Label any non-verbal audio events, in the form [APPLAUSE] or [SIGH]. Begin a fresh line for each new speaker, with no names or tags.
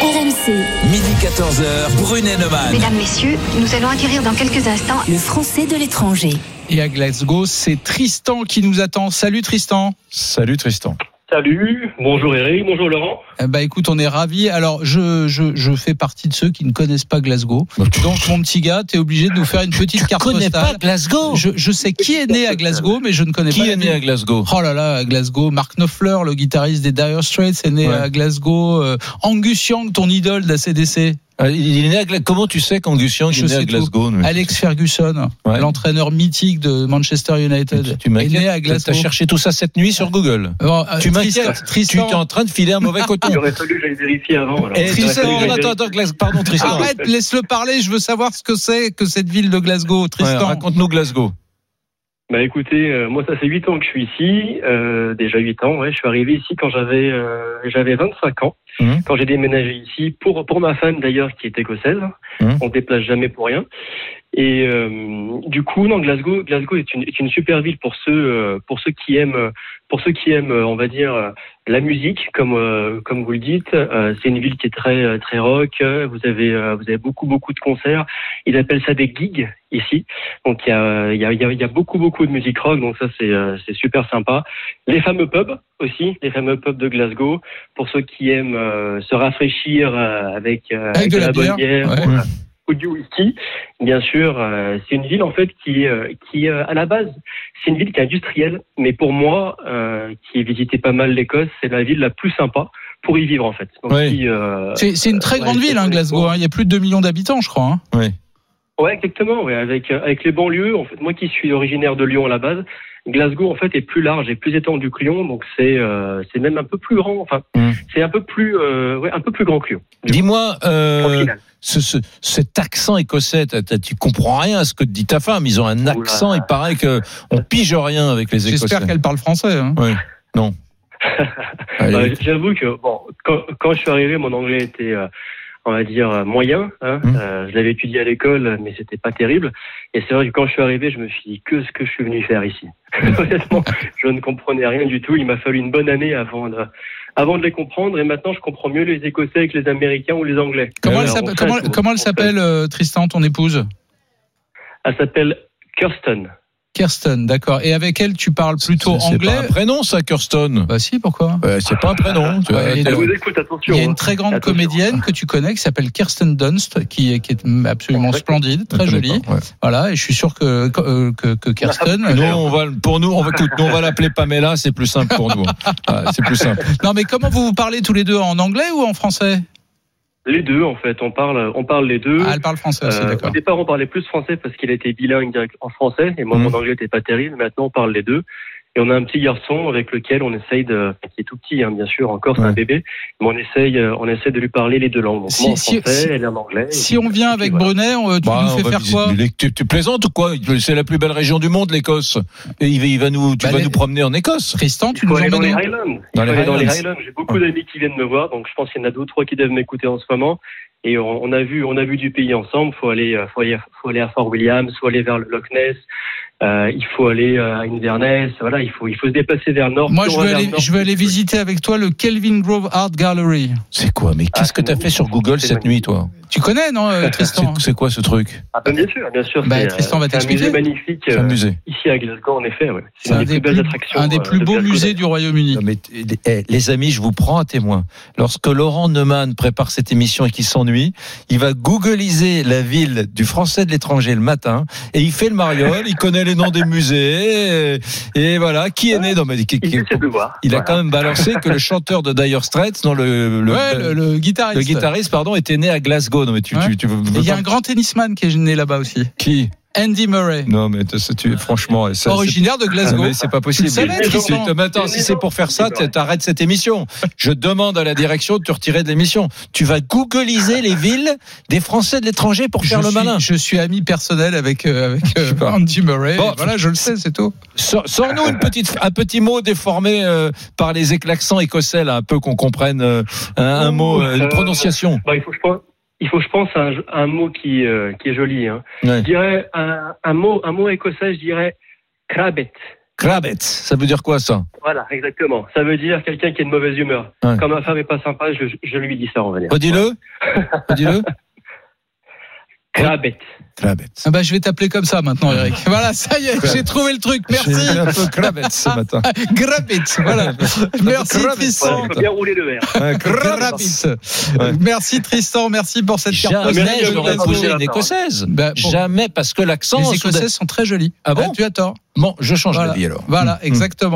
RMC.
Midi 14h, Brunet Neumann.
Mesdames, Messieurs, nous allons acquérir dans quelques instants
Le français de l'étranger.
Et à Glasgow, c'est Tristan qui nous attend. Salut Tristan.
Salut Tristan.
Salut, bonjour Eric, bonjour Laurent.
Eh ben écoute, on est ravis. Alors, je, je, je fais partie de ceux qui ne connaissent pas Glasgow.
Bah,
Donc, mon petit gars, t'es obligé de nous faire une petite carte
connais pas
postale.
Glasgow
Je, je sais qui est né à Glasgow, mais je ne connais pas.
Qui
la
est né
ville.
à Glasgow
Oh là là, à Glasgow, Mark Knopfler, le guitariste des Dire Straits, est né
Ouais.
à Glasgow. Euh, Angus Young, ton idole d'ACDC.
Ah, Il est né à Gla- Comment tu sais qu'Angus Young
Je
est né
sais
à
tout.
Glasgow nous
Alex Ferguson,
Ouais.
l'entraîneur mythique de Manchester United,
Tu
est né à
m'inquiètes. T'as
Glasgow.
cherché tout ça cette nuit sur Google.
Bon, euh,
Tu
Tristan-
m'inquiètes. Tu t'es
Tristan,
en train de filer un
[LAUGHS]
mauvais coton.
Il aurait fallu que j'aille vérifier avant. alors.
Eh,
Il aurait
Ah. Tristan,
fallu que j'aille
attends, attends, Glas- pardon Tristan.
Arrête, laisse-le parler, je veux savoir ce que c'est que cette ville de Glasgow,
Ouais,
Tristan.
Raconte-nous Glasgow.
Bah écoutez, euh, moi ça fait 8 ans que je suis ici, euh, déjà 8 ans, ouais, je suis arrivé ici quand j'avais euh, j'avais 25 ans,
Mhm.
quand j'ai déménagé ici, pour, pour ma femme d'ailleurs qui est écossaise,
Mhm.
on se déplace jamais pour rien. Et euh, du coup, non, Glasgow, Glasgow est une, est une super ville pour ceux, euh, pour ceux qui aiment, pour ceux qui aiment, euh, on va dire, euh, la musique, comme, euh, comme vous le dites. Euh, c'est une ville qui est très, euh, très rock. Euh, Vous avez, euh, vous avez beaucoup, beaucoup de concerts. Ils appellent ça des gigs ici. Donc il y a, il y, a, il y a- il y a beaucoup, beaucoup de musique rock. Donc ça, c'est, euh, c'est super sympa. Les fameux pubs aussi, les fameux pubs de Glasgow, pour ceux qui aiment euh, se rafraîchir euh, avec, euh,
Avec de la bière,
bonne bière.
ouais.
euh, ou du whisky, bien sûr, euh, c'est une ville en fait qui, euh, qui euh, à la base, c'est une ville qui est industrielle, mais pour moi, euh, qui ai visité pas mal l'Écosse, c'est la ville la plus sympa pour y vivre en fait. Donc,
Ouais.
si, euh,
C'est c'est une très
Ouais,
grande
c'est
ville, hein,
vrai.
Glasgow. hein. Il y a plus de 2 millions d'habitants, je crois. hein.
Ouais.
Ouais, exactement. Ouais, avec euh, avec les banlieues. En fait, moi qui suis originaire de Lyon à la base, Glasgow en fait est plus large et plus étendu que Lyon, donc c'est euh, c'est même un peu plus grand. Enfin,
Mm.
c'est un peu plus euh, ouais, un peu plus grand que Lyon.
Dis-moi,
au
euh,
final.
ce, ce- cet accent écossais, t'as- t'as- tu comprends rien à ce que te dit ta femme. Ils ont un
Oula.
accent. Il paraît que on pige rien avec les Écossais.
J'espère qu'elle parle français. hein.
Allez,
Euh, J'avoue que bon, quand, quand je suis arrivé, mon anglais était, euh, on va dire, euh, moyen. hein.
Hum.
Mhm.
Euh, je l'avais étudié à l'école, mais c'était pas terrible. Et c'est vrai que quand je suis arrivé, je me suis dit que ce que je suis venu faire ici. [LAUGHS] Honnêtement, je ne comprenais rien du tout. Il m'a fallu une bonne année avant de, avant de les comprendre. Et maintenant, je comprends mieux les Écossais que les Américains ou les Anglais.
Comment, elle
Alors,
s'appelle-
en fait,
comment-
on-
comment elle
on fait-
s'appelle, euh, Tristan, ton épouse
Elle s'appelle Kirsten.
Kirsten, d'accord. Et avec elle, tu parles
c'est-
plutôt
c'est pas
anglais
un prénom, ça, Kirsten.
Bah si, pourquoi
Ouais, Euh, c'est pas un prénom. tu vois.
Ouais,
Je
Alors,
vous écoute, attention.
Il y a
hein.
une très grande
Attention.
comédienne que tu connais qui s'appelle Kirsten Dunst, qui est, qui est absolument
Ouais.
splendide,
Je
très
connais
jolie.
pas, ouais.
Voilà, et je suis sûr que, que, que- que Kirsten.
Nous, on va, pour nous, on va, écoute, nous, on va l'appeler Pamela, c'est plus simple pour nous. [LAUGHS] Ah, c'est plus simple.
Non, mais comment vous vous parlez tous les deux en anglais ou en français
hein. Les deux, en fait. On parle, on parle les deux.
Ah, elle parle français aussi,
Euh, au
d'accord.
départ, on parlait plus français parce qu'il était bilingue direct en français, et moi,
Mhm.
mon
Mm.
anglais n'était pas terrible. Maintenant, on parle les deux. Et on a un petit garçon avec lequel on essaye de, qui est tout petit, hein, bien sûr, encore, c'est
Ouais.
un bébé, mais on essaye, euh, on essaie de lui parler les deux langues. Donc,
Si-
moi, en
si-
français,
si-
elle en anglais.
Si
Et-
on vient
et
avec
voilà.
Brunet, on- euh, tu
Bah,
nous
on
fais
va
faire
visiter
quoi
l'Éc- tu, tu plaisantes ou quoi C'est la plus belle région du monde, l'Écosse. Et il va, il va nous, tu
Bah,
vas
les-
nous promener en Écosse.
Tristan,
Il
tu
faut
nous
aller dans
emmènes
les
où
Highlands.
Dans
Il faut
les
aller dans les
Highlands.
Highlands. J'ai beaucoup d'amis qui viennent me voir, donc je pense qu'il y en a deux ou trois qui doivent m'écouter en ce moment. Et on, on a vu, on a vu du pays ensemble. Faut aller, euh, faut aller, faut aller à Fort William, faut aller vers le Loch Ness. Euh, il faut aller euh, à Inverness. Voilà, il faut, il faut se déplacer vers le nord.
Moi,
Plus
je
on va
veux,
vers le
aller,
nord,
je veux
plus-
aller visiter avec toi le Kelvin Grove Art Gallery.
C'est quoi Mais
Ah,
qu'est-ce que
c'est
t'as fait sur
magnifique.
Google
C'est
cette nuit,
magnifique.
toi
Tu connais, non, euh,
C'est
Tristan
c'est quoi ce truc
Ah, bah, bien sûr, bien sûr.
Bah,
c'est, euh,
Tristan va
c'est un
t'expliquer.
musée magnifique
C'est
euh,
un musée.
ici à Glasgow, en effet. ouais.
C'est un
une
des
belles
plus,
attractions,
un des
euh,
plus
de
beaux
Glasgow.
musées du Royaume-Uni.
Non, mais, eh, eh, les amis, je vous prends à témoin. Lorsque Laurent Neumann prépare cette émission et qu'il s'ennuie, il va googliser la ville du français de l'étranger le matin et il fait le mariole, il connaît les noms des musées et, et voilà, qui est né dans mais qui-
Il
qui-
essaie de voir.
Il a
Voilà.
quand même balancé que le chanteur de Dire Straits, non, le, le,
ouais,
le,
le, le guitariste.
le guitariste, pardon, était né à Glasgow. Non, mais tu,
Ouais.
tu, tu veux-
Et Il y a
veux-
un grand tennisman qui est né là-bas aussi.
qui
Andy Murray,
Non, mais tu- tu, franchement, ça, c'est-
originaire de
Non,
Glasgow.
Ah, mais c'est pas possible.
Tu le savais,
Mais
Tristan.
tu te- mais attends,
Mais
si
non.
c'est pour faire ça, tu- t'arrêtes cette émission. Je demande à la direction de te retirer de l'émission. Tu vas googliser les villes des Français de l'étranger pour faire
je
le
suis,
malin.
Je suis ami personnel avec, euh, avec euh,
sais pas.
Andy Murray.
Bon.
Voilà, je le sais, c'est tout.
Sors- Sors-nous une petite, un petit mot déformé euh, par les éclaxants écossais, là, un peu qu'on comprenne euh, un, un mot, euh, une prononciation.
Bah, il faut que je pense. Il faut, je pense, à un, à un mot qui, euh, qui est joli. Hein.
Ouais.
Je dirais un, un mot, un mot écossais. Je dirais crabbit.
Kravets, ça veut dire quoi ça
Voilà, exactement. Ça veut dire quelqu'un qui est de mauvaise humeur.
Ouais.
Quand ma femme est pas sympa, je, je lui dis ça en venir.
Redis-le Redis-le
Crabette.
Kravets.
Ah bah, je vais t'appeler comme ça maintenant, Eric. Voilà, ça y est, j'ai trouvé le truc. Merci.
J'ai été un peu Kravets ce
[LAUGHS]
matin.
Grabit. Voilà. Merci,
Grabit.
Voilà,
Tristan.
il faut bien rouler le verre.
Ouais,
Grabit.
Kravets. Ouais.
Merci, Tristan. Merci pour cette carte.
Jamais
postale.
Merci,
je
j'aurais
n'aurais
Glasgow.
posé une
Attends.
écossaise.
Bah, pour-
Jamais, parce que l'accent.
Les
soudain-
Écossaises sont très jolies.
Ah bon
Tu as tort.
Bon, je change
Voilà.
d'avis alors.
Voilà,
Mm.
exactement.